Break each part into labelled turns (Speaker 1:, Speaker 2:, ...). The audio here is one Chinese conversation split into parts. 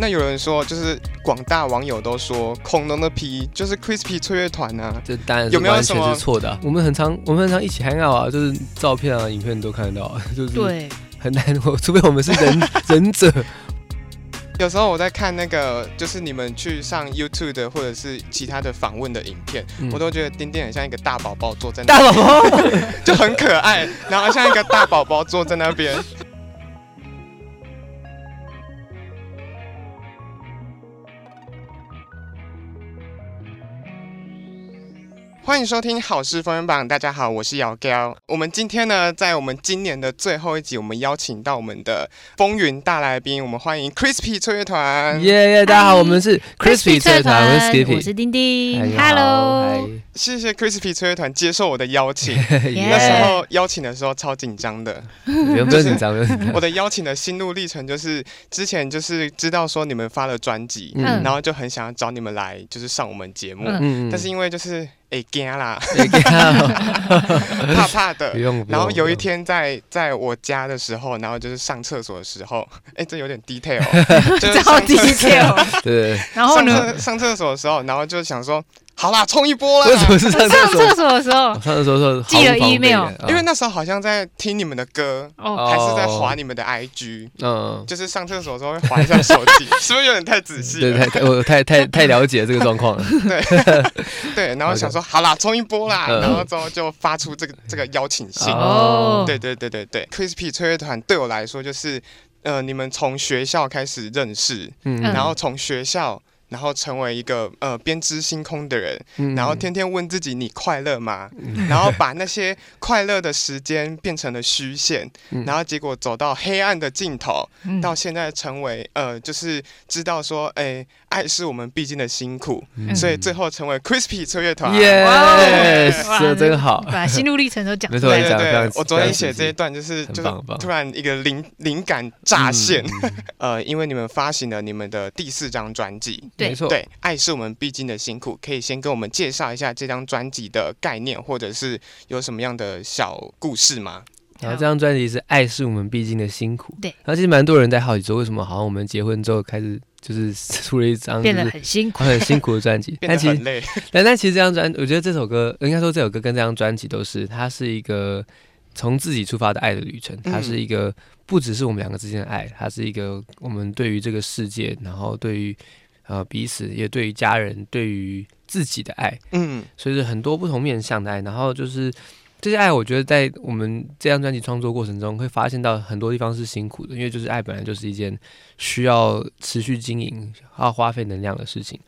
Speaker 1: 那有人说，就是广大网友都说恐龙的皮就是 Crispy 翠乐团啊，
Speaker 2: 这当然
Speaker 1: 有
Speaker 2: 是
Speaker 1: 没有
Speaker 2: 完
Speaker 1: 什
Speaker 2: 全
Speaker 1: 么
Speaker 2: 是错的啊、我们很常我们很常一起 hang out 啊，就是照片啊、影片都看得到啊， 就是
Speaker 3: 对，
Speaker 2: 很难，我除非我们是 忍忍者，
Speaker 1: 有时候我在看那个，就是你们去上 YouTube 的或者是其他的访问的影片，
Speaker 2: 嗯
Speaker 1: 我都觉得丁丁很像一个大宝宝坐在那
Speaker 2: 大宝宝。
Speaker 1: 边，就很可爱，然后像一个大宝宝坐在那边。欢迎收听《好事风云榜》，大家好，我是姚彪。我们今天呢，在我们今年的最后一集，我们邀请到我们的风云大来宾，我们欢迎 Crispy 翠乐团。
Speaker 2: 耶耶，大家好，我们是 Crispy
Speaker 3: 社
Speaker 2: 社团，我是
Speaker 3: 我
Speaker 2: Skippy。哎
Speaker 3: 是丁丁
Speaker 2: 嗨你好
Speaker 3: ，Hello，
Speaker 1: 谢谢 Crispy 吹乐团接受我的邀请。
Speaker 2: 嗨
Speaker 3: Yeah
Speaker 1: 那 时候邀请的时候超紧张的，
Speaker 2: 不用不用紧张，不用 紧张。
Speaker 1: 我的邀请的心路历程就是之前就是知道说你们发了专辑，
Speaker 2: 嗯
Speaker 1: 然后就很想要找你们来就是上我们节目，
Speaker 3: 嗯
Speaker 2: 嗯
Speaker 1: 但是因为就是哎惊 啦，
Speaker 2: 不
Speaker 1: 怕怕 的。
Speaker 2: 用。啊不
Speaker 1: 然后
Speaker 2: 用
Speaker 1: 有一，天在在我家的时候，然后就是上厕所的时候， 哎，这有点 detail，就是哦
Speaker 3: 超
Speaker 1: 上 厕
Speaker 3: detail。
Speaker 2: 不用对，
Speaker 3: 然后
Speaker 1: 上
Speaker 3: 呢，
Speaker 1: 厕上厕所的时候，然后就想说，好啦，冲一波
Speaker 2: 为什
Speaker 1: 啦，
Speaker 2: 么是上
Speaker 3: 上
Speaker 2: 厕所？
Speaker 3: 厕所的时候
Speaker 2: 我，上厕所说
Speaker 3: 寄了 email
Speaker 2: 啊
Speaker 1: 因为那时候好像在听你们的歌，
Speaker 3: 哦，
Speaker 2: 哦
Speaker 1: 还是在划你们的 IG。
Speaker 2: 嗯，
Speaker 1: 就是上厕所的时候会划一下手机， 是 不是有啊点太仔细
Speaker 2: 对，
Speaker 1: 了？
Speaker 2: 太太我太太太了解这个状况 了。
Speaker 1: 对，然后想说好啦，冲一波啦，
Speaker 2: 嗯
Speaker 1: 然后之后就发出这个这个邀请信。
Speaker 3: 哦
Speaker 1: 对对对对对，Crispy 吹乐团对我来说就是，呃，你们从学校开始认识，
Speaker 2: 嗯
Speaker 1: 然后从学校。然后成为一个呃编织星空的人，
Speaker 2: 嗯
Speaker 1: 然后天天问自己你快乐吗？然后把那些快乐的时间变成了虚线，
Speaker 2: 嗯
Speaker 1: 然后结果走到黑暗的尽头，
Speaker 3: 嗯
Speaker 1: 到现在成为呃，就是知道说，哎、爱是我们必经的辛苦，
Speaker 3: 嗯
Speaker 1: 所以最后成为 Crispy 吹乐团。哦
Speaker 2: 耶
Speaker 3: 哇，哇
Speaker 2: 说得真好，
Speaker 3: 把心路历程都讲出
Speaker 2: 没错
Speaker 1: 对
Speaker 3: 来
Speaker 2: 非
Speaker 1: 对
Speaker 2: 常非
Speaker 1: 对
Speaker 2: 常，
Speaker 1: 我昨天
Speaker 2: 非常
Speaker 1: 写
Speaker 2: 谢谢
Speaker 1: 这一段就是
Speaker 2: 很
Speaker 1: 就是
Speaker 2: 棒很棒
Speaker 1: 突然一个灵灵感乍现，
Speaker 2: 嗯，
Speaker 1: 呃，因为你们发行了你们的第四张专辑，
Speaker 3: 对
Speaker 2: 没错，
Speaker 1: 对，爱是我们必经的辛苦，可以先跟我们介绍一下这张专辑的概念，或者是有什么样的小故事吗？
Speaker 2: 然后这张专辑是《爱是我们必经的辛苦》，
Speaker 3: 对
Speaker 2: 然后其实蛮多人在好奇说，为什么好像我们结婚之后开始就是 出了一张就
Speaker 3: 变得
Speaker 2: 是
Speaker 3: 很辛苦。
Speaker 2: 很辛苦的专辑，
Speaker 1: 变
Speaker 2: 但
Speaker 1: 得
Speaker 2: 其实
Speaker 1: 很累，
Speaker 2: 但但其实这张专，我觉得这首歌应该说这首歌跟这张专辑都是，它是一个从自己出发的爱的旅程，
Speaker 1: 嗯
Speaker 2: 它是一个不只是我们两个之间的爱，它是一个我们对于这个世界，然后对于呃彼此，也对于家人，对于自己的爱，
Speaker 1: 嗯
Speaker 2: 所以是很多不同面向的爱。然后就是这些爱，我觉得在我们这张专辑创作过程中，会发现到很多地方是辛苦的，因为就是爱本来就是一件需要持续经营、要花费能量的事情。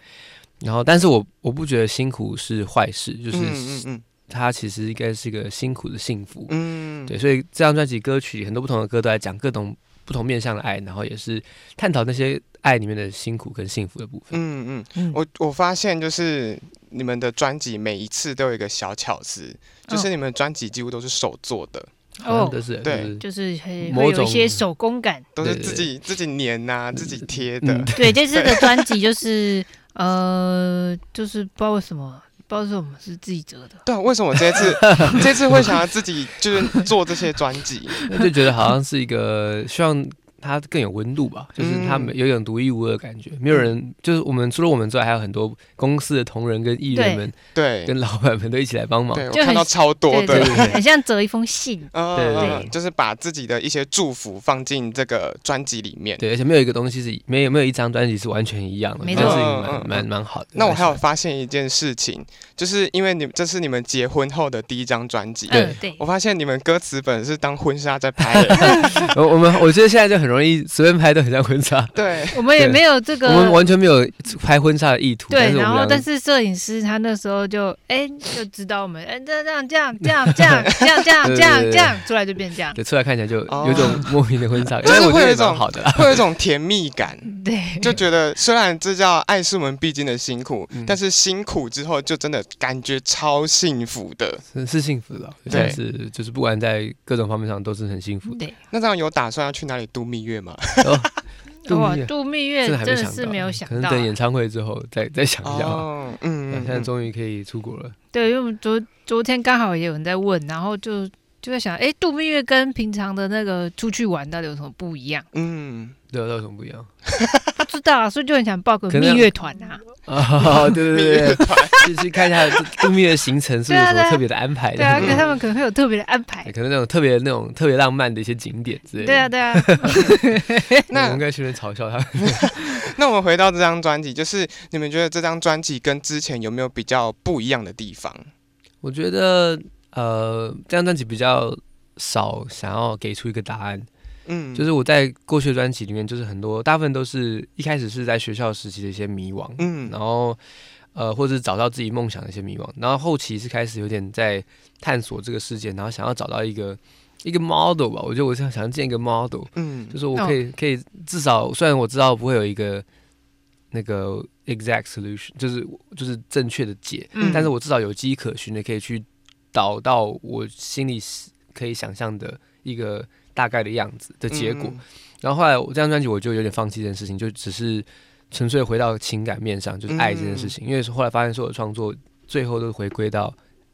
Speaker 2: 然后，但是我我不觉得辛苦是坏事，就
Speaker 1: 嗯
Speaker 2: 是
Speaker 1: 嗯
Speaker 2: 它其实应该是一个辛苦的幸福。
Speaker 1: 嗯，
Speaker 2: 对，所以这张专辑歌曲很多不同的歌都在讲各种不同面向的爱，然后也是探讨那些爱里面的辛苦跟幸福的部分。
Speaker 1: 嗯嗯。
Speaker 3: 嗯
Speaker 1: 我我发现就是你们的专辑每一次都有一个小巧思，就是
Speaker 2: 嗯
Speaker 1: 你们专辑几乎都是手做的，
Speaker 2: 好像
Speaker 3: 哦
Speaker 2: 都是
Speaker 1: 对
Speaker 2: 就是
Speaker 3: 就是很会
Speaker 2: 某
Speaker 3: 有
Speaker 2: 种
Speaker 3: 一些手工感。
Speaker 1: 都是
Speaker 2: 对对
Speaker 1: 自己自己粘呐、自己贴的。
Speaker 2: 嗯，
Speaker 3: 对，这次的专辑就是 呃，就是不知道为什么，不知道为什么是自己折的。
Speaker 1: 对啊，为什么我这 次这次会想要自己就是做这些专辑？
Speaker 2: 那就觉得好像是一个希望它更有温度吧，就是它
Speaker 1: 嗯
Speaker 2: 没有一种独一无二的感觉，没有人就是我们除了我们之外，还有很多公司的同仁跟艺人们、
Speaker 1: 对
Speaker 2: 跟老板们都一起来帮忙。
Speaker 1: 对，我
Speaker 3: 就很
Speaker 1: 看到超多
Speaker 3: 对
Speaker 1: 的
Speaker 3: 对，
Speaker 2: 对对
Speaker 3: 很像折一封信。
Speaker 1: 嗯
Speaker 2: 对对
Speaker 1: 嗯，嗯就是把自己的一些祝福放进这个专辑里面。
Speaker 2: 对，而且没有一个东西是没有没有一张专辑是完全一样的，
Speaker 3: 没
Speaker 2: 这件事情
Speaker 1: 错嗯嗯
Speaker 2: 蛮
Speaker 1: 嗯
Speaker 2: 蛮蛮好的。
Speaker 1: 那我还有
Speaker 2: 蛮喜
Speaker 1: 发现一件事情，就是因为你这是你们结婚后的第一张专辑，
Speaker 2: 对
Speaker 3: 嗯，对
Speaker 1: 我，发现你们歌词本是当婚纱在拍 的，
Speaker 2: 欢我我们我觉得现在就很容易随便拍都很像婚纱，
Speaker 1: 对，
Speaker 3: 我们也
Speaker 2: 对
Speaker 3: 没有这
Speaker 2: 我们
Speaker 3: 个。
Speaker 2: 完全没有拍婚纱的意图。但
Speaker 3: 对，
Speaker 2: 是我
Speaker 3: 然
Speaker 2: 们
Speaker 3: 后
Speaker 2: 两
Speaker 3: 但
Speaker 2: 个
Speaker 3: 是摄影师他那时候就哎就知道我们哎这样这样这样这样这样这样这样这样这样出来就变这样，
Speaker 2: 对出来看起来就
Speaker 1: 哦
Speaker 2: 有一种莫名的婚 纱感，
Speaker 1: 就是
Speaker 2: 但我觉
Speaker 1: 会有
Speaker 2: 得
Speaker 1: 一
Speaker 2: 也蛮
Speaker 1: 种
Speaker 2: 好的啦。
Speaker 1: 会有一种甜蜜感。
Speaker 3: 对，
Speaker 1: 就觉得虽然这叫爱是我们必经的辛苦，
Speaker 2: 嗯
Speaker 1: 但是辛苦之后就真的感觉超幸福的。
Speaker 2: 是是幸福的啦，
Speaker 1: 对
Speaker 2: 但是就是不管在各种方面上都是很幸福的。
Speaker 3: 对，
Speaker 1: 那这样有打算要去哪里度蜜月吗？
Speaker 2: 哦度蜜
Speaker 3: 哇，
Speaker 2: 月
Speaker 3: 度蜜月
Speaker 2: 真的
Speaker 3: 真
Speaker 2: 还没
Speaker 3: 的
Speaker 2: 想
Speaker 3: 是
Speaker 2: 到，
Speaker 3: 没有想
Speaker 2: 可能
Speaker 3: 到
Speaker 2: 等
Speaker 3: 啊，
Speaker 2: 演唱会之后再 再想一下啊吧。
Speaker 1: 哦，嗯
Speaker 2: 现在终于可以出国了，
Speaker 3: 对，因为我们昨昨天刚好也有人在问，然后就就会想，哎、度蜜月跟平常的那个出去玩到底有什么不一样？
Speaker 1: 嗯，
Speaker 2: 对啊，那有什么不一 样？
Speaker 3: 不知道啊，所以就很想报个
Speaker 2: 可
Speaker 3: 蜜
Speaker 2: 能
Speaker 3: 月团啊。
Speaker 2: 啊，对
Speaker 1: 蜜
Speaker 2: 对对
Speaker 1: 月
Speaker 2: 对，
Speaker 1: 团，
Speaker 2: 去去看一下度蜜月行程是不是有什么特别的嗯安排
Speaker 3: 对啊，
Speaker 2: 的，
Speaker 3: 可是他们可能会有特别的安
Speaker 2: 对
Speaker 3: 排。
Speaker 2: 哎可能那种特别那种特别浪漫的一些景点之类的。
Speaker 3: 对啊，，对啊，
Speaker 2: 那我们
Speaker 1: 那
Speaker 2: 应该去那边嘲笑他们。
Speaker 1: 那我们回到这张专辑，就是你们觉得这张专辑跟之前有没有比较不一样的地方？
Speaker 2: 我觉得呃，这张专辑比较少想要给出一个答案，
Speaker 1: 嗯，
Speaker 2: 就是我在过去的专辑里面，就是很多大部分都是一开始是在学校时期的一些迷惘，
Speaker 1: 嗯
Speaker 2: 然后呃，或者是找到自己梦想的一些迷惘，然后后期是开始有点在探索这个世界，然后想要找到一个一个 model 吧，我觉得我想想要建一个 model，
Speaker 1: 嗯
Speaker 2: 就是我可以、可以至少虽然我知道不会有一个那个 exact solution，就是就是正确的解，
Speaker 1: 嗯
Speaker 2: 但是我至少有迹可循的可以去导到我心里可以想象的一个大概的样子的结果。
Speaker 1: 嗯
Speaker 2: 然后后来我这张专辑我就有点放弃这件事情，就只是纯粹回到情感面上，就是爱这
Speaker 1: 嗯
Speaker 2: 件事情。因为后来发现所有的创作最后都回归到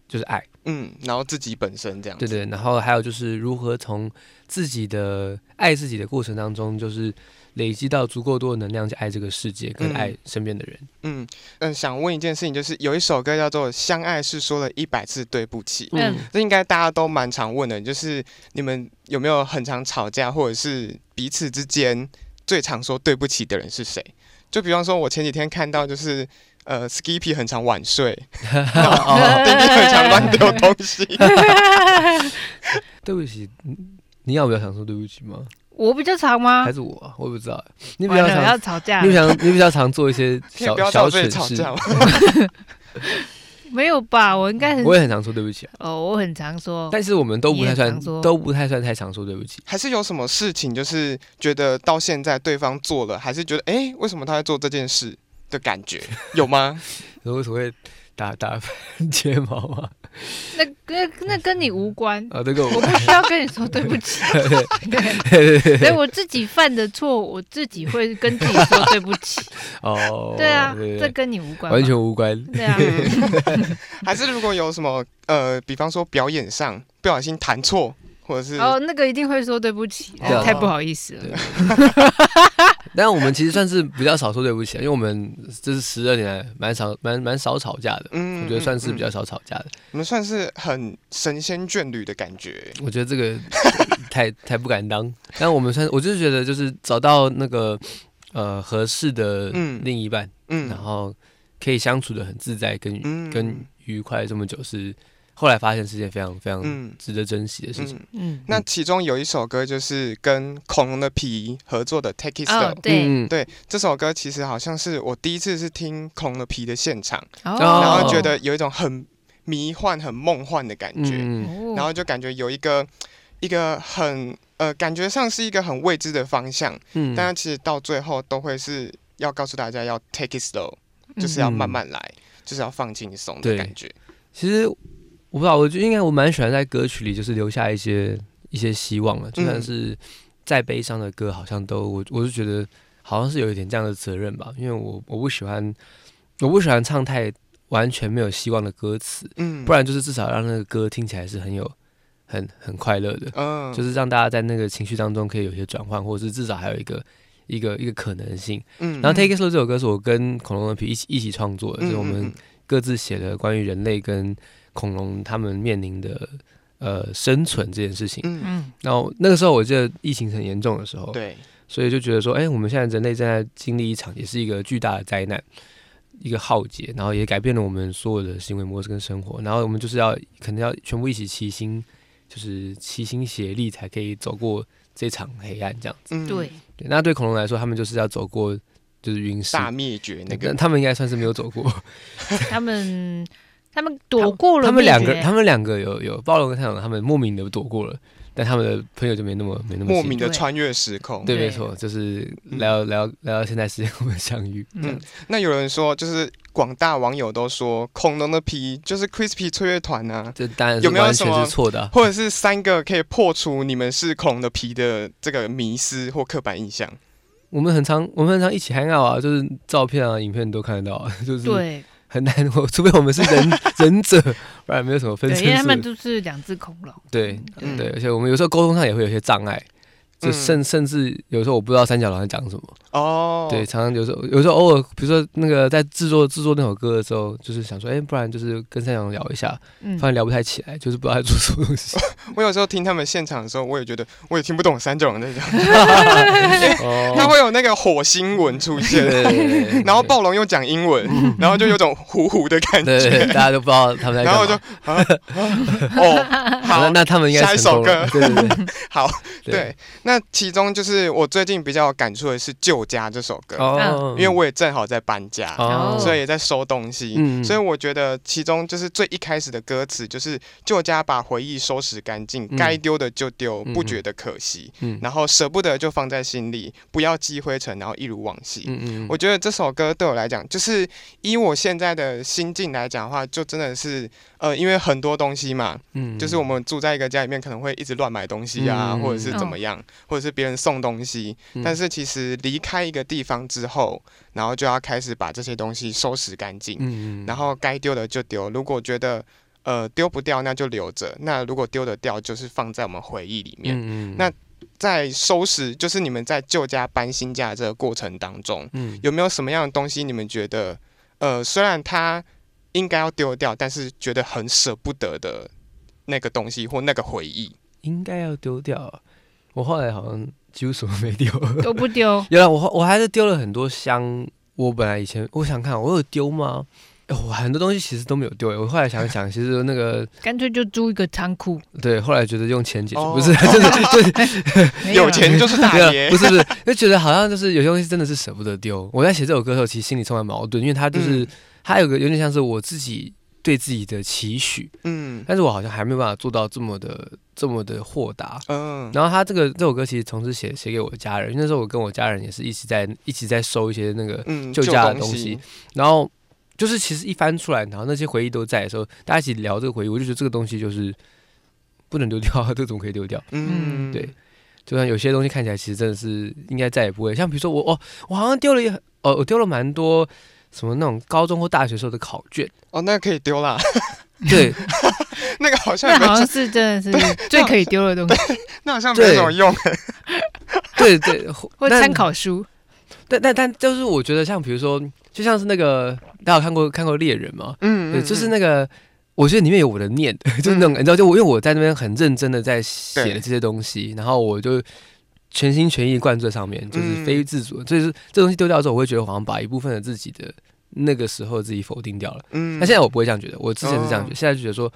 Speaker 2: 就是爱，
Speaker 1: 嗯，嗯，然后自己本身这样子，
Speaker 2: 对对。然后还有就是如何从自己的爱自己的过程当中，就是累积到足够多的能量去爱这个世界跟
Speaker 1: 嗯
Speaker 2: 爱身边的人。
Speaker 1: 嗯嗯，想问一件事情，就是有一首歌叫做《相爱是说了一百次对不起》，
Speaker 3: 嗯
Speaker 1: 这应该大家都蛮常问的，就是你们有没有很常吵架，或者是彼此之间最常说对不起的人是谁？就比方说，我前几天看到就是。呃，Skippy 很常晚睡，
Speaker 2: 哦，
Speaker 1: b y 很常乱丢东西。
Speaker 2: 对不起，嗯你要不要想说对不起吗？
Speaker 3: 我比较长吗
Speaker 2: 还？是我啊？我也不知道。你比
Speaker 3: 完
Speaker 2: 较
Speaker 3: 了要
Speaker 2: 常，
Speaker 3: 吵架
Speaker 2: 你比，较你比较常做一些
Speaker 1: 可以
Speaker 2: 小
Speaker 1: 不要
Speaker 2: 小
Speaker 1: 到这里
Speaker 2: 蠢
Speaker 1: 吵
Speaker 2: 事。
Speaker 1: 架吗？
Speaker 3: 没有吧？我应该很
Speaker 2: 我也很常说对不起啊，
Speaker 3: 哦，我很常说，
Speaker 2: 但是我们都不太
Speaker 3: 你也
Speaker 2: 算
Speaker 3: 常说
Speaker 2: 都不太算太常说对不起。
Speaker 1: 还是有什么事情，就是觉得到现在对方做了，还是觉得哎、诶为什么他在做这件事的感觉， 有吗？
Speaker 2: 所以为什么会打打翻 睫毛嘛？
Speaker 3: 那那那跟你无 关，
Speaker 2: 啊，这个
Speaker 3: 我
Speaker 2: 我
Speaker 3: 不需要跟你说对不起。对，所以我自己犯的错，我自己会跟自己说对不 起。
Speaker 2: 哦，
Speaker 3: 对啊，这
Speaker 2: 对
Speaker 3: 跟你无关吧，
Speaker 2: 完全无关。
Speaker 3: 对啊。
Speaker 1: 还是如果有什么呃，比方说表演上不小心弹错，或者是、
Speaker 3: 哦，那个一定会说对不起，
Speaker 2: 对啊
Speaker 3: 太不好意思了。
Speaker 2: 但我们其实算是比较少说对不起啊，因为我们这是十二年来蛮少蛮蛮少吵架的。
Speaker 1: 嗯
Speaker 2: 我觉得算是比较
Speaker 1: 嗯嗯
Speaker 2: 少吵架的。
Speaker 1: 你们算是很神仙眷侣的感觉。
Speaker 2: 我觉得这个 太太不敢当。但我们算，我就是觉得就是找到那个呃合适的
Speaker 1: 嗯
Speaker 2: 另一半，
Speaker 1: 嗯
Speaker 2: 然后可以相处的很自在跟
Speaker 1: 嗯
Speaker 2: 跟愉快这么久是，后来发现是件非常非常
Speaker 1: 嗯
Speaker 2: 值得珍惜的事情。
Speaker 1: 嗯，
Speaker 3: 嗯，
Speaker 1: 那其中有一首歌就是跟恐龙的皮合作的《Take It Slow
Speaker 3: 哦》。对，
Speaker 2: 嗯，
Speaker 1: 对这首歌，其实好像是我第一次是听恐龙的皮的现场，
Speaker 3: 然
Speaker 1: 然
Speaker 2: 哦
Speaker 1: 后觉得有一种很迷幻、很梦幻的感觉。
Speaker 2: 嗯，
Speaker 3: 哦
Speaker 1: 然后就感觉有一个一个很呃，感觉上是一个很未知的方向，
Speaker 2: 嗯
Speaker 1: 但其实到最后都会是要告诉大家要 take it slow，就是要慢慢来，就是要放轻松的
Speaker 2: 嗯对
Speaker 1: 感觉。
Speaker 2: 其实我不知道，我就应该我蛮喜欢在歌曲里就是留下一些一些希望
Speaker 1: 嗯
Speaker 2: 了，就算是再悲伤的歌，好像都我我是觉得好像是有一点这样的责任吧，因为我我不喜欢我不喜欢唱太完全没有希望的歌词，
Speaker 1: 嗯，
Speaker 2: 不然就是至少让那个歌听起来是很有很很快乐的，
Speaker 1: 嗯，
Speaker 2: 就是让大家在那个情绪当中可以有一些转换，或者是至少还有一个。一个一个可能性，
Speaker 1: 嗯
Speaker 2: 然后《Take It Slow》这首歌是我跟恐龙的皮一起一起创作的，就是我们
Speaker 1: 嗯
Speaker 2: 各自写了关于人类跟恐龙他们面临的呃生存这件事情。
Speaker 1: 嗯嗯嗯
Speaker 3: 嗯，
Speaker 2: 然后那个时候我记得疫情很严重的时候，
Speaker 1: 对，
Speaker 2: 所以就觉得说，哎、我们现在人类正在经历一场也是一个巨大的灾难，一个浩劫，然后也改变了我们所有的行为模式跟生活，然后我们就是要可能要全部一起齐心，就是齐心协力才可以走过这场黑暗这样子。
Speaker 1: 嗯
Speaker 3: 对，，
Speaker 2: 对，那对恐龙来说，他们就是要走过就是陨石。
Speaker 1: 大灭绝那
Speaker 2: 但
Speaker 1: 个，
Speaker 2: 他们应该算是没有走过，
Speaker 3: 他们他们躲过了
Speaker 2: 他们
Speaker 3: 灭
Speaker 2: 两个
Speaker 3: 绝，
Speaker 2: 他们两个有有暴龙跟太阳，他们莫名的躲过了，但他们的朋友就没那么没那么
Speaker 1: 莫
Speaker 2: 幸
Speaker 1: 名嗯
Speaker 2: 运
Speaker 1: 的
Speaker 3: 对
Speaker 1: 穿越时空。
Speaker 2: 对，
Speaker 3: 对
Speaker 2: 没错，就是来到来到来到现在时间我们相遇，
Speaker 1: 嗯，那有人说，就是广大网友都说恐龙的皮就是 Crispy 翠乐团啊，
Speaker 2: 这当然
Speaker 1: 有
Speaker 2: 是
Speaker 1: 没有
Speaker 2: 完
Speaker 1: 什么
Speaker 2: 全是错的啊、
Speaker 1: 或者是三个可以破除你们是恐龙的皮的这个迷思或刻板印象。
Speaker 2: 我们很常我们很常一起 hang out 啊，就是照片啊、影片都看得到啊、就是
Speaker 3: 对，
Speaker 2: 很难， 我除非我们是忍忍者，不然没有什么分
Speaker 3: 对，因为他们
Speaker 2: 寸。
Speaker 3: 都是两只恐龙。
Speaker 2: 对
Speaker 1: 嗯
Speaker 2: 对，而且我们有时候沟通上也会有一些障碍，就
Speaker 1: 嗯
Speaker 2: 甚、甚至有时候我不知道三角龙在讲什么。
Speaker 1: 哦，
Speaker 2: 对，，常常有时候有时候偶尔，比如说那个在制作制作那首歌的时候，就是想说，哎、不然就是跟三角龙聊一下，
Speaker 3: 嗯
Speaker 2: 发，现聊不太起来，就是不知道在做什么东西。
Speaker 1: 我有时候听他们现场的时候，我也觉得我也听不懂三种人 在讲，他
Speaker 2: 哦，
Speaker 1: 会有那个火星文出现，
Speaker 2: 对，
Speaker 1: 然后暴龙又讲英 文，然后就有种糊糊的感
Speaker 2: 对，对
Speaker 1: 觉
Speaker 2: 对，，大家都不知道他们在干嘛。
Speaker 1: 然后我就啊啊 哦，
Speaker 2: 那
Speaker 1: 好
Speaker 2: 那他们应该
Speaker 1: 下一
Speaker 2: 成功
Speaker 1: 首
Speaker 2: 了。对对对
Speaker 1: 好，
Speaker 2: 对
Speaker 1: 对，那其中就是我最近比较有感触的是《旧家》这首歌，
Speaker 2: 哦，
Speaker 1: 因为我也正好在搬家，
Speaker 2: 哦，
Speaker 1: 所以也在收东西。
Speaker 2: 嗯
Speaker 1: 所以我觉得其中就是最一开始的歌词，就是旧家把回忆收拾干净，
Speaker 2: 嗯
Speaker 1: 该丢的就丢，
Speaker 2: 嗯
Speaker 1: 不觉得可惜，
Speaker 2: 嗯
Speaker 1: 然后舍不得就放在心里，不要积灰尘，然后一如往昔。
Speaker 2: 嗯嗯，
Speaker 1: 我觉得这首歌对我来讲，就是以我现在的心境来讲的话，就真的是，呃，因为很多东西嘛，
Speaker 2: 嗯
Speaker 1: 就是我们住在一个家里面，可能会一直乱买东西啊，
Speaker 2: 嗯
Speaker 1: 或者是怎么样，或者是别人送东西。
Speaker 2: 嗯
Speaker 1: 但是其实离开一个地方之后，然后就要开始把这些东西收拾干净，
Speaker 2: 嗯
Speaker 1: 然后该丢的就丢。如果觉得呃丢不掉，那就留着；那如果丢得掉，就是放在我们回忆里面。
Speaker 2: 嗯
Speaker 1: 那在收拾，就是你们在旧家搬新家的这个过程当中，
Speaker 2: 嗯
Speaker 1: 有没有什么样的东西你们觉得，呃，虽然它应该要丢掉，但是觉得很舍不得的那个东西或那个回忆？
Speaker 2: 应该要丢掉。我后来好像几乎什么没丢。 ，
Speaker 3: 都不丢
Speaker 2: 原来我后我还是丢了很多箱。我本来以前我想看我有丢吗？哎我很多东西其实都没有丢。欸我后来想一想，其实那个
Speaker 3: 干脆就租一个仓库。
Speaker 2: 对，后来觉得用钱解决
Speaker 1: 哦
Speaker 2: 不是， 就是就是
Speaker 3: 没
Speaker 1: 有
Speaker 3: 啦
Speaker 1: 钱就是大
Speaker 2: 没有
Speaker 1: 爷
Speaker 2: 不。是不是，就觉得好像就是有些东西真的是舍不得丢。我在写这首歌的时候，其实心里充满矛盾，因为它就是、
Speaker 1: 嗯
Speaker 2: 它有个有点像是我自己对自己的期许，
Speaker 1: 嗯
Speaker 2: 但是我好像还没有办法做到这么的这么的豁达。
Speaker 1: 嗯
Speaker 2: 然后他这个这首歌其实同时写写给我的家人，因为那时候我跟我家人也是一起在一起在收一些那个，
Speaker 1: 嗯
Speaker 2: 旧
Speaker 1: 旧
Speaker 2: 家的
Speaker 1: 东
Speaker 2: 东西，然后就是其实一翻出来，然后那些回忆都在的时候，大家一起聊这个回忆，我就觉得这个东西就是不能丢掉， 这个怎么可以丢掉？
Speaker 1: 嗯
Speaker 2: 对，就算有些东西看起来其实真的是应该再也不会，像比如说我哦，我好像丢了一哦，我丢了蛮多什么那种高中或大学时候的考 卷，
Speaker 1: 哦，那可以丢啦，
Speaker 2: 对
Speaker 1: 那个好像也
Speaker 3: 那
Speaker 1: 没
Speaker 3: 好像
Speaker 1: 有，
Speaker 3: 是真的是最可以丢的东西，
Speaker 1: 那好像没什么用。
Speaker 2: 对对，或
Speaker 3: 或参，考书。
Speaker 2: 但但但就是我觉得像比如说，就像是那个大家有看过看过猎人吗？
Speaker 1: 嗯，
Speaker 2: 对，
Speaker 1: 嗯
Speaker 2: 就是
Speaker 1: 嗯
Speaker 2: 那个。我觉得里面有我的 念，就是那种你知道，就我因为我在那边很认真的在写
Speaker 1: 对
Speaker 2: 这些东西，然后我就全心全意灌注在上面，就是
Speaker 1: 嗯
Speaker 2: 非自主的。就是这东西丢掉之后，我会觉得我好像把一部分的自己的那个时候自己否定掉了。
Speaker 1: 嗯
Speaker 2: 那现在我不会这样觉得，我之前是这样觉得，
Speaker 1: 哦
Speaker 2: 现在就觉得说，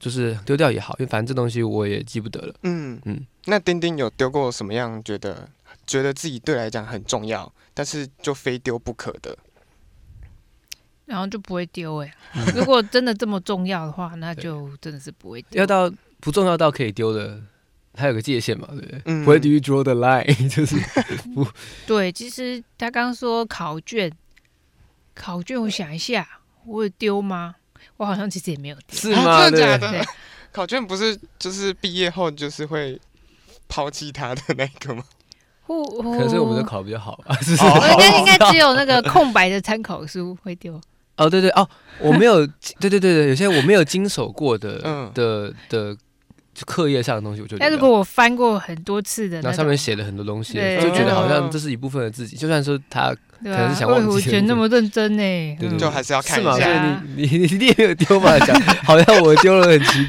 Speaker 2: 就是丢掉也好，因为反正这东西我也记不得了。
Speaker 1: 嗯
Speaker 2: 嗯
Speaker 1: 嗯，那丁丁有丢过什么样觉得觉得自己对来讲很重要，但是就非丢不可的？
Speaker 3: 然后就不会丢哎、
Speaker 2: 嗯
Speaker 3: 如果真的这么重要的话，那就真的是不会丢
Speaker 2: 要。到不重要到可以丢的，它有个界限嘛，对不对？
Speaker 1: 嗯
Speaker 2: 不会 do you draw the line，就是
Speaker 3: 对，其实他刚说考卷，考卷我想一下，我有丢吗？我好像其实也没有丢。
Speaker 2: 是
Speaker 1: 啊
Speaker 2: 吗？
Speaker 1: 真的假
Speaker 2: 对不对
Speaker 1: 的？考卷不是就是毕业后就是会抛弃他的那个吗？
Speaker 3: 我我
Speaker 2: 可能是我们的考得比较好啊，是不是？
Speaker 3: 我
Speaker 1: 哦
Speaker 3: 应该应该只有那个空白的参考书会丢。
Speaker 2: 哦，对对哦，我没有，对对对对，有些我没有经手过的、
Speaker 1: 嗯
Speaker 2: 的的课业上的东西，我就
Speaker 3: 但
Speaker 2: 丢
Speaker 3: 如
Speaker 2: 掉
Speaker 3: 果我翻过很多次的
Speaker 2: 然
Speaker 3: 那
Speaker 2: 后上面
Speaker 3: 种，
Speaker 2: 写了很多东西，
Speaker 3: 对
Speaker 2: 就觉得好像
Speaker 1: 嗯
Speaker 2: 这是一部分的自己，就算说他
Speaker 3: 对
Speaker 2: 可能
Speaker 3: 吧
Speaker 2: 是？想忘记
Speaker 3: 我我觉得那么认真呢、
Speaker 2: 对对
Speaker 3: 嗯
Speaker 1: 就还是要看
Speaker 2: 是
Speaker 1: 一
Speaker 2: 嘛，所
Speaker 1: 下。
Speaker 2: 以你 你你也没有丢嘛，讲好像我丢了很奇，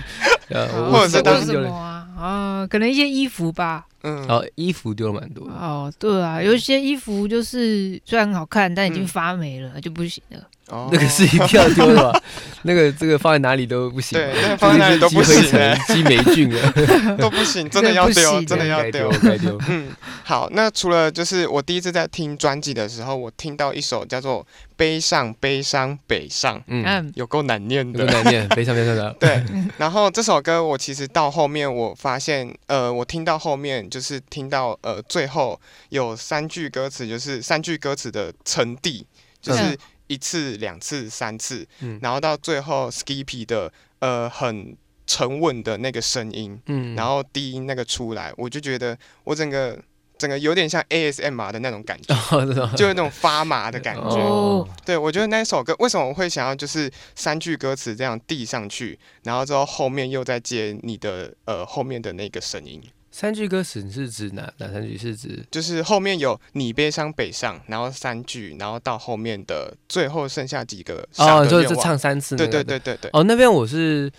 Speaker 2: 呃，
Speaker 3: 嗯
Speaker 2: 我
Speaker 1: 或者
Speaker 2: 我
Speaker 1: 是
Speaker 2: 是我
Speaker 1: 当
Speaker 2: 是
Speaker 3: 什
Speaker 2: 丢
Speaker 3: 么
Speaker 2: 了，
Speaker 3: 啊？啊，可能一些衣服吧。
Speaker 1: 嗯
Speaker 2: 然，后衣服丢了蛮多的，
Speaker 3: 哦，对啊，有一些衣服就是虽然很好看，但已
Speaker 2: 嗯
Speaker 3: 经发霉了，就不行了。
Speaker 1: 哦
Speaker 2: 那个是一定要丢的吧？ 那个这个放在哪里都不行， 啊
Speaker 1: 对，那个放在那里都不
Speaker 2: 就是积灰
Speaker 1: 行
Speaker 2: 尘
Speaker 1: 欸，
Speaker 2: 积霉菌啊，
Speaker 1: 都不行，真的要
Speaker 3: 真的不
Speaker 1: 丢，
Speaker 3: 行
Speaker 1: 真 的要
Speaker 2: 该
Speaker 1: 丢
Speaker 2: 丢。该丢，
Speaker 1: 嗯，好，那除了就是我第一次在听专辑的时候，我听到一首叫做《悲上悲伤北上》，
Speaker 2: 嗯，
Speaker 3: 嗯，
Speaker 1: 有够难念
Speaker 2: 有个
Speaker 1: 的。
Speaker 2: 难念，非常非常的，
Speaker 1: 对，然后这首歌我其实到后面我发现，呃，我听到后面就是听到呃最后有三句歌词，就是三句歌词的沉递，就是
Speaker 3: 嗯
Speaker 1: 一次、两次、三次，
Speaker 2: 嗯
Speaker 1: 然后到最后 Skippy 的呃很沉稳的那个声音，
Speaker 2: 嗯
Speaker 1: 然后低音那个出来，我就觉得我整个整个有点像 ASMR 的那种感觉，
Speaker 2: 哦，真的吗
Speaker 1: 就有那种发麻的感觉。
Speaker 2: 哦
Speaker 1: 对，我觉得那首歌为什么我会想要就是三句歌词这样递上去，然后之后后面又再接你的呃后面的那个声音，
Speaker 2: 三句歌词你是指哪哪三句？是指
Speaker 1: 就是后面有你悲伤北上，然后三句，然后到后面的最后剩下几个上
Speaker 2: 哦，
Speaker 1: 的
Speaker 2: 就是
Speaker 1: 愿
Speaker 2: 这
Speaker 1: 望
Speaker 2: 唱三次
Speaker 1: 对
Speaker 2: 那
Speaker 1: 对
Speaker 2: 个
Speaker 1: 对对对，
Speaker 2: 哦，那边我是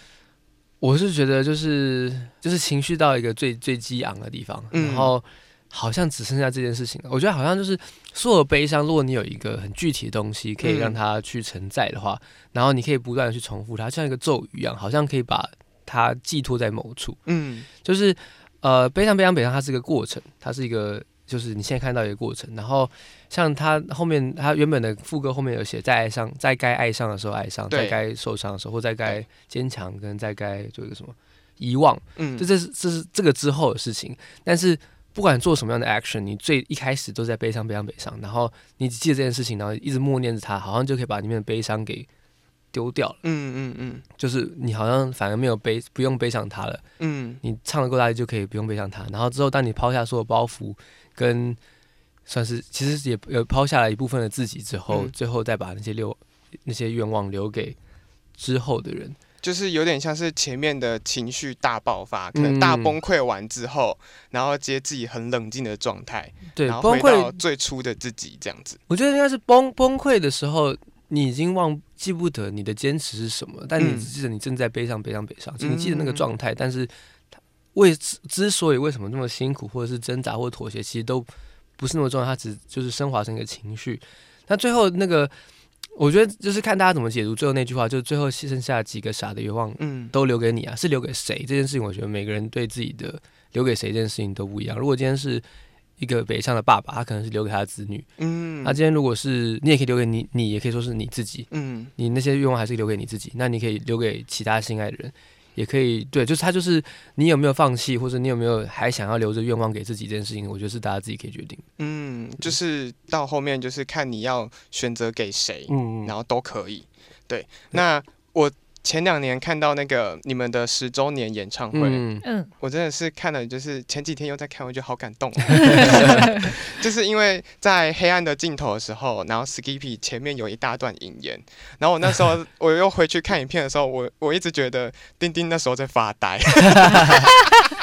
Speaker 2: 我是觉得就是就是情绪到一个最最激昂的地方，
Speaker 1: 嗯
Speaker 2: 然后好像只剩下这件事情了。我觉得好像就是所有悲伤，如果你有一个很具体的东西可以让
Speaker 1: 嗯
Speaker 2: 它去承载的话，然后你可以不断的去重复它，像一个咒语一样，好像可以把它寄托在某处。
Speaker 1: 嗯
Speaker 2: 就是呃，悲伤悲伤悲伤，它是一个过程，它是一个就是你现在看到一个过程。然后像它后面，它原本的副歌后面有写，在爱上，在该爱上的时候爱上，
Speaker 1: 对
Speaker 2: 在该受伤的时候，或在该坚强，跟在该做一个什么遗忘，
Speaker 1: 嗯，
Speaker 2: 这这是这是这个之后的事情。但是不管做什么样的 action，你最一开始都在悲伤悲伤悲伤，然后你只记得这件事情，然后一直默念着它，好像就可以把里面的悲伤给丢掉了，
Speaker 1: 嗯嗯嗯
Speaker 2: 就是你好像反而没有悲，不用悲伤它了。
Speaker 1: 嗯
Speaker 2: 你唱的够大力就可以不用背上它。然后之后，当你抛下所有包袱，跟算是其实也呃抛下了一部分的自己之后，
Speaker 1: 嗯
Speaker 2: 最后再把那些留那些愿望留给之后的人。
Speaker 1: 就是有点像是前面的情绪大爆发，可能大
Speaker 2: 嗯
Speaker 1: 崩溃完之后，然后接自己很冷静的状态，
Speaker 2: 对，
Speaker 1: 然后
Speaker 2: 崩
Speaker 1: 回到
Speaker 2: 溃，
Speaker 1: 最初的自己这样子。
Speaker 2: 我觉得应该是崩崩溃的时候，你已经忘记不得你的坚持是什么，但你
Speaker 1: 嗯
Speaker 2: 只记得你正在悲伤悲伤悲伤，就你记得那个
Speaker 1: 嗯
Speaker 2: 状态，但是它为之之所以为什么那么辛苦，或者是挣扎或者妥协，其实都不是那么重要，它只就是升华成一个情绪。那最后那个，我觉得就是看大家怎么解读最后那句话，就是最后剩下几个傻的愿望
Speaker 1: 嗯
Speaker 2: 都留给你啊，是留给谁这件事情，我觉得每个人对自己的留给谁这件事情都不一样。如果今天是一个北上的爸爸，他可能是留给他的子女；
Speaker 1: 嗯
Speaker 2: 那今天如果是你也可以留给你，你也可以说是你自己，
Speaker 1: 嗯
Speaker 2: 你那些愿望还是留给你自己，那你可以留给其他心爱的人，也可以对，就是他就是你有没有放弃，或者你有没有还想要留着愿望给自己这件事情，我觉得是大家自己可以决定。
Speaker 1: 嗯，就是到后面就是看你要选择给谁，
Speaker 2: 嗯
Speaker 1: 然后都可以。对，那我前两年看到那个你们的十周年演唱会，
Speaker 2: 嗯
Speaker 3: 嗯，
Speaker 1: 我真的是看了，就是前几天又在看，我觉得好感动、哦。就是因为在黑暗的尽头的时候，然后 Skippy 前面有一大段引言，然后我那时候我又回去看影片的时候，我我一直觉得丁丁那时候在发呆，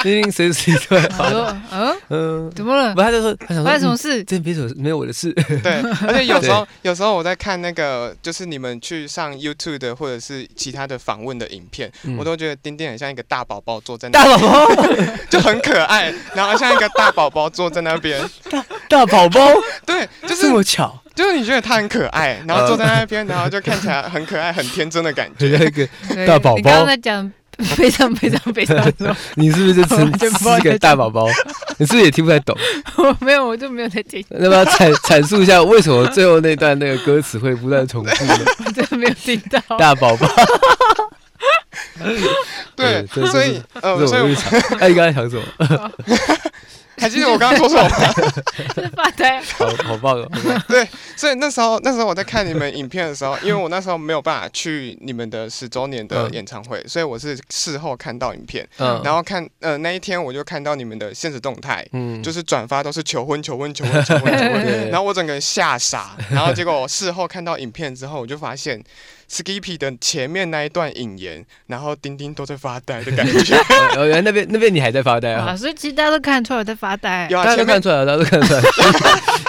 Speaker 2: 丁丁随时对，
Speaker 3: 我说嗯，
Speaker 2: 嗯，
Speaker 3: 怎么了
Speaker 2: 不，？他就说他想
Speaker 3: 发生什
Speaker 2: 说，
Speaker 3: 么
Speaker 2: 嗯、
Speaker 3: 事？
Speaker 2: 这没什么没有我的事，
Speaker 1: 对，而且有时候有时候我在看那个就是你们去上 YouTube 的或者是其他的访问的影片，我都觉得丁丁很像一个大宝宝坐在那
Speaker 2: 嗯大
Speaker 1: 边，
Speaker 2: 宝宝
Speaker 1: 就很可爱，然后像一个大宝宝坐在那边，
Speaker 2: 大宝 宝
Speaker 1: 对，就是
Speaker 2: 这么 巧，
Speaker 1: 就是你觉得他很可爱，然后坐在那边，然后就看起来很可爱、很天真的感觉。
Speaker 2: 人家一个
Speaker 3: 对
Speaker 2: 大宝宝
Speaker 3: 你刚刚在讲非常非常非常 的时
Speaker 2: 你是不是这
Speaker 3: 我完全不知道
Speaker 2: 是一个
Speaker 3: 在
Speaker 2: 大宝宝？你是不是也听不太懂？
Speaker 3: 候，我没有，我就没有在听，
Speaker 2: 要不要阐阐述一下为什么最后那段那个歌词会不断重 复呢？
Speaker 3: 我真的没有听到。
Speaker 2: 大宝宝，
Speaker 1: 对，
Speaker 2: 对
Speaker 1: 所以呃，所
Speaker 2: 这是我
Speaker 1: 以我
Speaker 2: 日常。哎，你刚才想 什么？
Speaker 1: 还记得我刚刚说什 么吗？
Speaker 3: 是发呆，啊
Speaker 2: 好好棒哦！
Speaker 1: 所以那时候那时候我在看你们影片的时候，因为我那时候没有办法去你们的十周年的
Speaker 2: 嗯
Speaker 1: 演唱会，所以我是事后看到影片，
Speaker 2: 嗯，
Speaker 1: 然后看呃那一天我就看到你们的现实动态。
Speaker 2: 嗯
Speaker 1: 就是转发都是求婚、求婚、求婚、 求婚、求婚，
Speaker 2: 对
Speaker 1: 然后我整个人吓傻，然后结果我事后看到影片之后，我就发现 Skippy 的前面那一段引言，然后丁丁都在发呆的感 觉。
Speaker 2: 哦，原来那边那边你还在发呆
Speaker 3: 啊，
Speaker 2: 啊？
Speaker 3: 所以其实大家都看得出来我在发呆。
Speaker 1: 有
Speaker 2: 大
Speaker 1: 啊，
Speaker 2: 家都
Speaker 1: 前
Speaker 2: 看
Speaker 1: 面
Speaker 2: 出来了，大家都看出来了。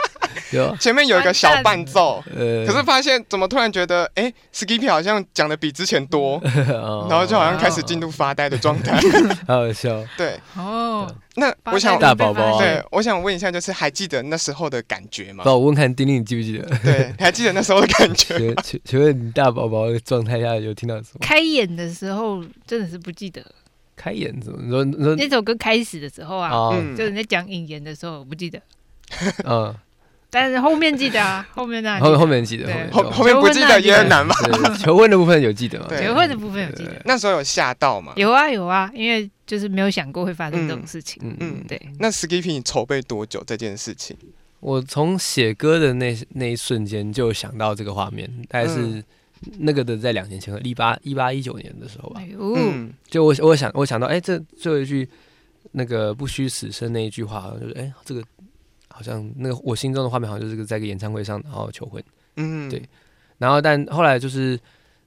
Speaker 2: 有，
Speaker 1: 前面有一个小伴奏，
Speaker 2: 呃，
Speaker 1: 可是发现怎么突然觉得，哎、s k i p p y 好像讲的比之前多，
Speaker 2: 嗯
Speaker 1: 然
Speaker 2: 然
Speaker 1: 后就好像开始进入发呆的状态。
Speaker 2: 哦好好笑，
Speaker 1: 对，
Speaker 3: 哦，
Speaker 1: 那我
Speaker 3: 发呆
Speaker 1: 想
Speaker 3: 被，
Speaker 2: 大宝宝
Speaker 3: 发现
Speaker 1: 对，我想问一下，就是还记得那时候的感觉吗
Speaker 2: 那？我问看丁丁，你记不记得？
Speaker 1: 对，还记得那时候的感觉？
Speaker 2: 请请请问你大宝宝的状态下有听到什么？
Speaker 3: 开演的时候真的是不记得
Speaker 2: 开眼怎么？你说你说
Speaker 3: 那首歌开始的时候啊，
Speaker 2: 啊
Speaker 1: 嗯
Speaker 3: 就是你在讲引言的时候我不记得，
Speaker 2: 嗯，
Speaker 3: 但是后面记得啊，后面那
Speaker 2: 后后面记得，
Speaker 3: 对
Speaker 1: 后
Speaker 2: 面
Speaker 1: 后面不记得也很难吧？
Speaker 2: 记得对求婚的部分有记得吗？
Speaker 1: 对
Speaker 3: 结婚的部分有记得，
Speaker 1: 那时候有吓到吗？
Speaker 3: 有啊有啊，因为就是没有想过会发生这种事情。
Speaker 2: 嗯
Speaker 1: 嗯
Speaker 2: 嗯，
Speaker 3: 对，
Speaker 1: 那 Skippy 你筹备多久这件事情？
Speaker 2: 我从写歌的那那一瞬间就想到这个画面，大概是那个的在两年前，一八一八一九年的时候吧
Speaker 3: 哎。呦，
Speaker 1: 嗯
Speaker 2: 就我我想我想到，哎、这最后一句那个不虚此生那一句话，就是哎、这个好像那个我心中的画面好像就是在一个演唱会上然后求婚，
Speaker 1: 嗯，
Speaker 2: 对然后但后来就是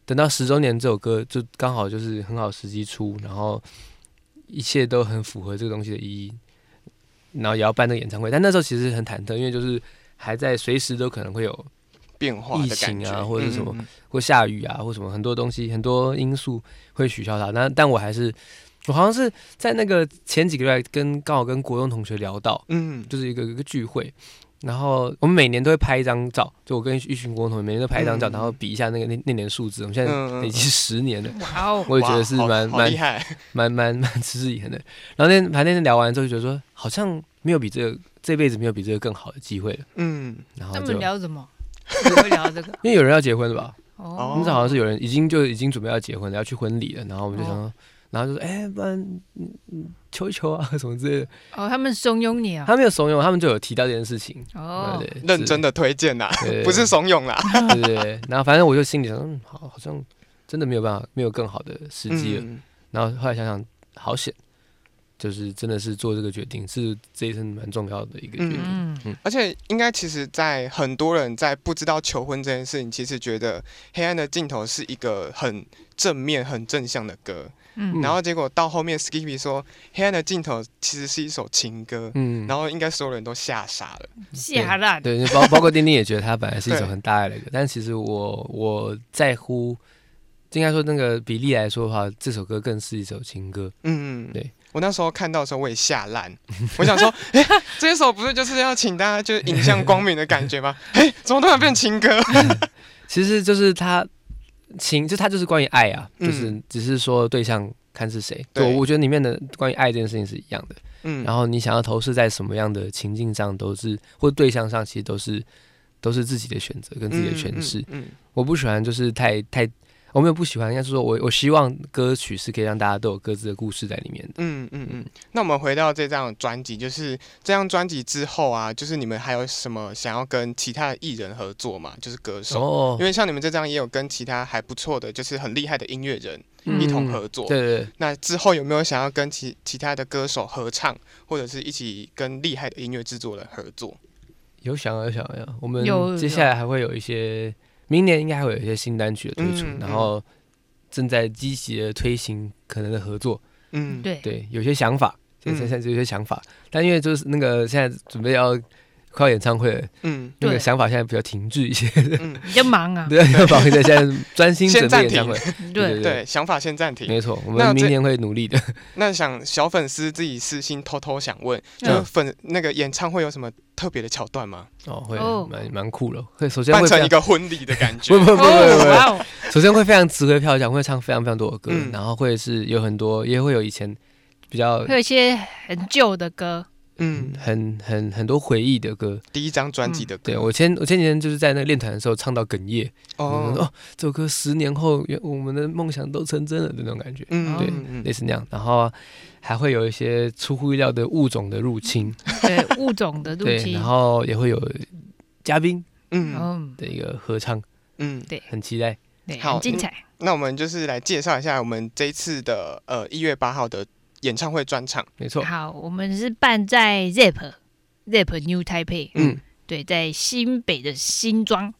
Speaker 2: 等到十周年这首歌就刚好就是很好的时机出，然后一切都很符合这个东西的意义，然后也要办那个演唱会，但那时候其实很忐忑，因为就是还在随时都可能会有
Speaker 1: 变化的感
Speaker 2: 疫
Speaker 1: 觉
Speaker 2: 情啊或者是什么，
Speaker 1: 嗯嗯
Speaker 2: 或下雨啊，或什么很多东西，很多因素会取消它。那但我还是，我好像是在那个前几个月跟刚好跟国中同学聊到，
Speaker 1: 嗯，
Speaker 2: 就是一个一个聚会，然后我们每年都会拍一张照，就我跟一群国中同学每年都拍一张照，
Speaker 1: 嗯
Speaker 2: 然后比一下那个那那年数字。我们现
Speaker 1: 嗯嗯
Speaker 2: 在已经十年了，
Speaker 3: 哇哦，
Speaker 2: 我也觉得是
Speaker 1: 哇好
Speaker 2: 蛮
Speaker 1: 好
Speaker 2: 蛮
Speaker 1: 厉害，
Speaker 2: 蛮蛮蛮持之以恒的。然后那天反正那天聊完之后就觉得说，好像没有比这个这辈子没有比这个更好的机会了。
Speaker 1: 嗯，
Speaker 2: 然后
Speaker 3: 他
Speaker 2: 就
Speaker 3: 们聊 什么？只会聊这个
Speaker 2: 因为有人要结婚了吧？
Speaker 1: 哦
Speaker 2: 我们好像是有人已经就已经准备要结婚了，要去婚礼了，然后我们就想
Speaker 3: 哦
Speaker 2: 说，然后就说，哎、不然嗯嗯求一求啊 什么之类的。
Speaker 3: 哦，他们怂恿你啊？
Speaker 2: 他没有怂恿，他们就有提到这件事情。
Speaker 3: 哦，
Speaker 2: 对对，
Speaker 1: 认真
Speaker 2: 的，
Speaker 1: 的推荐呐，
Speaker 2: 对
Speaker 1: 不是怂恿啦，
Speaker 2: 对对对。然后反正我就心里想，嗯，好，好像真的没有办法，没有更好的时机了。
Speaker 1: 嗯
Speaker 2: 然后后来想想，好险，就是真的是做这个决定是这一生蛮重要的一个决定。
Speaker 3: 嗯，
Speaker 1: 而且应该其实，在很多人在不知道求婚这件事情，其实觉得《黑暗的尽头》是一个很正面、很正向的歌，
Speaker 3: 嗯
Speaker 1: 然后结果到后面 Skippy 说，《黑暗的尽头》其实是一首情歌，
Speaker 2: 嗯，
Speaker 1: 然后应该所有人都吓傻了。
Speaker 3: 吓烂，
Speaker 2: 对，包包括丁丁也觉得它本来是一首
Speaker 1: 对
Speaker 2: 很大爱的歌，但其实我我在乎，应该说那个比例来说的话，这首歌更是一首情歌。
Speaker 1: 嗯，
Speaker 2: 对。
Speaker 1: 我那时候看到的时候，我也吓烂。我想说，哎、这首不是就是要请大家就是迎向光明的感觉吗？哎、怎么突然变情歌？
Speaker 2: 其实就是它情，就它就是关于爱啊，
Speaker 1: 嗯
Speaker 2: 就是只是说对象看是谁。
Speaker 1: 对
Speaker 2: 我我觉得里面的关于爱这件事情是一样的。
Speaker 1: 嗯，
Speaker 2: 然后你想要投射在什么样的情境上，都是或对象上，其实都是都是自己的选择跟自己的诠释。
Speaker 1: 嗯，嗯
Speaker 2: 我不喜欢就是太太，我没有不喜欢，应该是说我我希望歌曲是可以让大家都有各自的故事在里面的。
Speaker 1: 嗯嗯嗯，那我们回到这张专辑，就是这张专辑之后啊，就是你们还有什么想要跟其他的艺人合作吗？就是歌手，
Speaker 2: 哦
Speaker 1: 因为像你们这张也有跟其他还不错的，就是很厉害的音乐人
Speaker 2: 嗯
Speaker 1: 一同合作。
Speaker 2: 对对对，
Speaker 1: 那之后有没有想要跟其其他的歌手合唱，或者是一起跟厉害的音乐制作人合作？
Speaker 2: 有想啊有想有，我们
Speaker 3: 有
Speaker 2: 接下来还会有一些，明年应该还会有一些新单曲的推出，
Speaker 1: 嗯嗯
Speaker 2: 然后正在积极的推行可能的合作，
Speaker 1: 嗯，
Speaker 3: 对，
Speaker 2: 对，有些想法，现在
Speaker 1: 嗯
Speaker 2: 现在有些想法，但因为就是那个现在准备要快要演唱会了，
Speaker 1: 嗯
Speaker 2: 那个
Speaker 3: 对
Speaker 2: 想法现在比较停滞一些，
Speaker 1: 嗯，
Speaker 3: 比较忙啊，
Speaker 2: 对，要保现在现在专心
Speaker 1: 先
Speaker 2: 准备
Speaker 1: 暂
Speaker 2: 演
Speaker 1: 停
Speaker 2: 唱会，
Speaker 3: 对，
Speaker 2: 对
Speaker 1: 对，想法先暂停。
Speaker 2: 嗯没错，我
Speaker 1: 那
Speaker 2: 们
Speaker 1: 这
Speaker 2: 明年会努力的。
Speaker 1: 那想小粉丝自己私心偷偷想问，就是
Speaker 2: 嗯
Speaker 1: 粉那个演唱会有什么特别的桥段吗？
Speaker 2: 哦，会
Speaker 3: 哦
Speaker 2: 蛮蛮酷的，会首先
Speaker 1: 办
Speaker 2: 会非
Speaker 1: 成一
Speaker 2: 常。
Speaker 1: 个婚礼的感觉
Speaker 2: 不。不不不不，不
Speaker 3: 哇哦，
Speaker 2: 首先会非常值回票价，会唱非常非常多的歌，
Speaker 1: 嗯
Speaker 2: 然后会是有很多，也会有以前比较
Speaker 3: 会有一些很旧的歌，
Speaker 1: 嗯，
Speaker 2: 很很很多回忆的歌。
Speaker 1: 第一张专辑的歌。
Speaker 2: 嗯对我前我前几天就是在那个练团的时候唱到哽咽，哦
Speaker 1: 哦，
Speaker 2: 哦，这首歌十年后原我们的梦想都成真了的那种感觉，
Speaker 1: 嗯，
Speaker 3: 对
Speaker 1: 嗯
Speaker 2: 类似那样。然后还会有一些出乎意料的物种的入侵，
Speaker 3: 对，物种嗯的入
Speaker 2: 对，
Speaker 3: 侵
Speaker 2: 然，后也会有嘉宾
Speaker 1: 嗯
Speaker 3: 嗯，
Speaker 2: 的一个合唱，
Speaker 1: 嗯。
Speaker 2: 很期待。
Speaker 3: 对，
Speaker 1: 好
Speaker 3: 很精
Speaker 2: 嗯
Speaker 3: 彩，
Speaker 1: 那我们就是来介绍一下我们这一次的呃一月八号的演唱会专场。
Speaker 2: 没错，
Speaker 3: 好，我们是办在 Zip Zip New Taipei，
Speaker 2: 嗯，
Speaker 3: 对，在新北的新庄，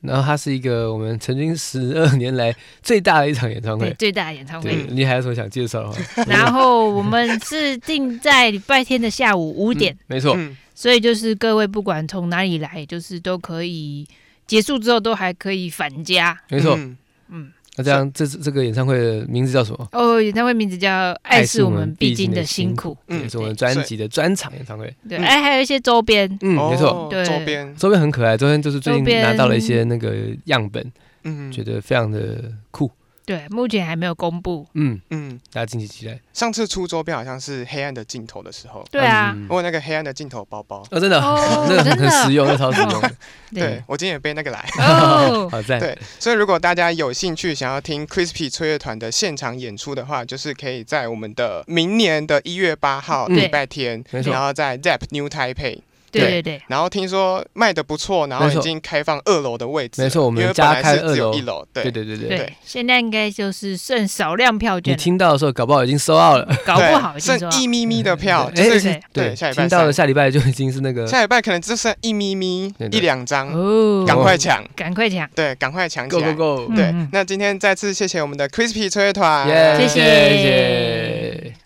Speaker 2: 然后它是一个我们曾经十二年来最大的一场演唱
Speaker 3: 对，
Speaker 2: 会。
Speaker 3: 最大的演唱
Speaker 2: 对
Speaker 3: 会。
Speaker 2: 你还有什么想介绍的吗？
Speaker 3: 然后我们是定在礼拜天的下午五点，
Speaker 2: 没错，
Speaker 1: 嗯
Speaker 3: 所以就是各位不管从哪里来，就是都可以结束之后都还可以返家。
Speaker 2: 没错。
Speaker 1: 嗯
Speaker 3: 嗯，
Speaker 2: 那这样，这这个演唱会的名字叫什么？
Speaker 3: 哦，演唱会名字叫《爱是我们必经的辛苦》。
Speaker 1: 嗯
Speaker 2: 也是我们专辑的专场演唱会。
Speaker 3: 对，
Speaker 1: 嗯
Speaker 3: 哎，还有一些周边，
Speaker 2: 嗯，没错。
Speaker 1: 哦
Speaker 3: 对
Speaker 1: 周边，
Speaker 2: 周边很可爱，周边就是最
Speaker 3: 周
Speaker 2: 近
Speaker 3: 边
Speaker 2: 拿到了一些那个样本，
Speaker 1: 嗯
Speaker 2: 觉得非常的酷。
Speaker 3: 对，目前还没有公布。
Speaker 2: 嗯，
Speaker 1: 嗯，
Speaker 2: 大家敬请期待。
Speaker 1: 上次出周边好像是《黑暗的尽头》的时候，
Speaker 3: 对啊，
Speaker 2: 嗯
Speaker 1: 我有那个《黑暗的尽头》包包。
Speaker 2: 哦，真的，
Speaker 3: 哦
Speaker 2: 那个很
Speaker 3: 真的
Speaker 2: 很实用，那超实用的。
Speaker 1: 对，我今天也背那个来，
Speaker 3: 哦，
Speaker 2: 好 赞。
Speaker 1: 对所以如果大家有兴趣想要听 Crispy 吹乐团的现场演出的话，就是可以在我们的明年的一月八号
Speaker 2: 嗯
Speaker 1: 礼拜天，
Speaker 2: 没错
Speaker 1: 然后在 Zap New Taipei
Speaker 3: 对对对，
Speaker 1: 然后听说卖的不错，然后
Speaker 2: 没
Speaker 1: 已
Speaker 2: 错
Speaker 1: 经开放二楼的位置了，
Speaker 2: 没错我们
Speaker 1: 因为本
Speaker 2: 家
Speaker 1: 来
Speaker 2: 开
Speaker 1: 是只有
Speaker 2: 二楼
Speaker 1: 一楼，
Speaker 2: 对
Speaker 1: 对
Speaker 2: 对对对
Speaker 3: 对，现在应该就是剩少量票
Speaker 2: 你
Speaker 3: 券了，
Speaker 2: 听到的时候，搞不好已经收到了。
Speaker 3: 搞不好已经
Speaker 1: 剩
Speaker 3: 说
Speaker 1: 一咪咪的 票，就
Speaker 2: 对
Speaker 1: 是
Speaker 3: 是
Speaker 1: 对
Speaker 2: 对，
Speaker 1: 下礼拜
Speaker 2: 听到
Speaker 1: 三
Speaker 2: 了，下礼拜就已经是那个
Speaker 1: 下礼拜可能只剩一咪咪
Speaker 2: 对对
Speaker 1: 一两张，
Speaker 3: 哦，
Speaker 1: 赶快抢，
Speaker 3: 赶快抢，
Speaker 1: 对，赶快抢起
Speaker 2: go
Speaker 1: 来。
Speaker 2: go go，
Speaker 3: 嗯
Speaker 1: 对，那今天再次谢谢我们的 Crispy 吹乐团，
Speaker 2: 耶，
Speaker 3: 谢
Speaker 2: 谢谢。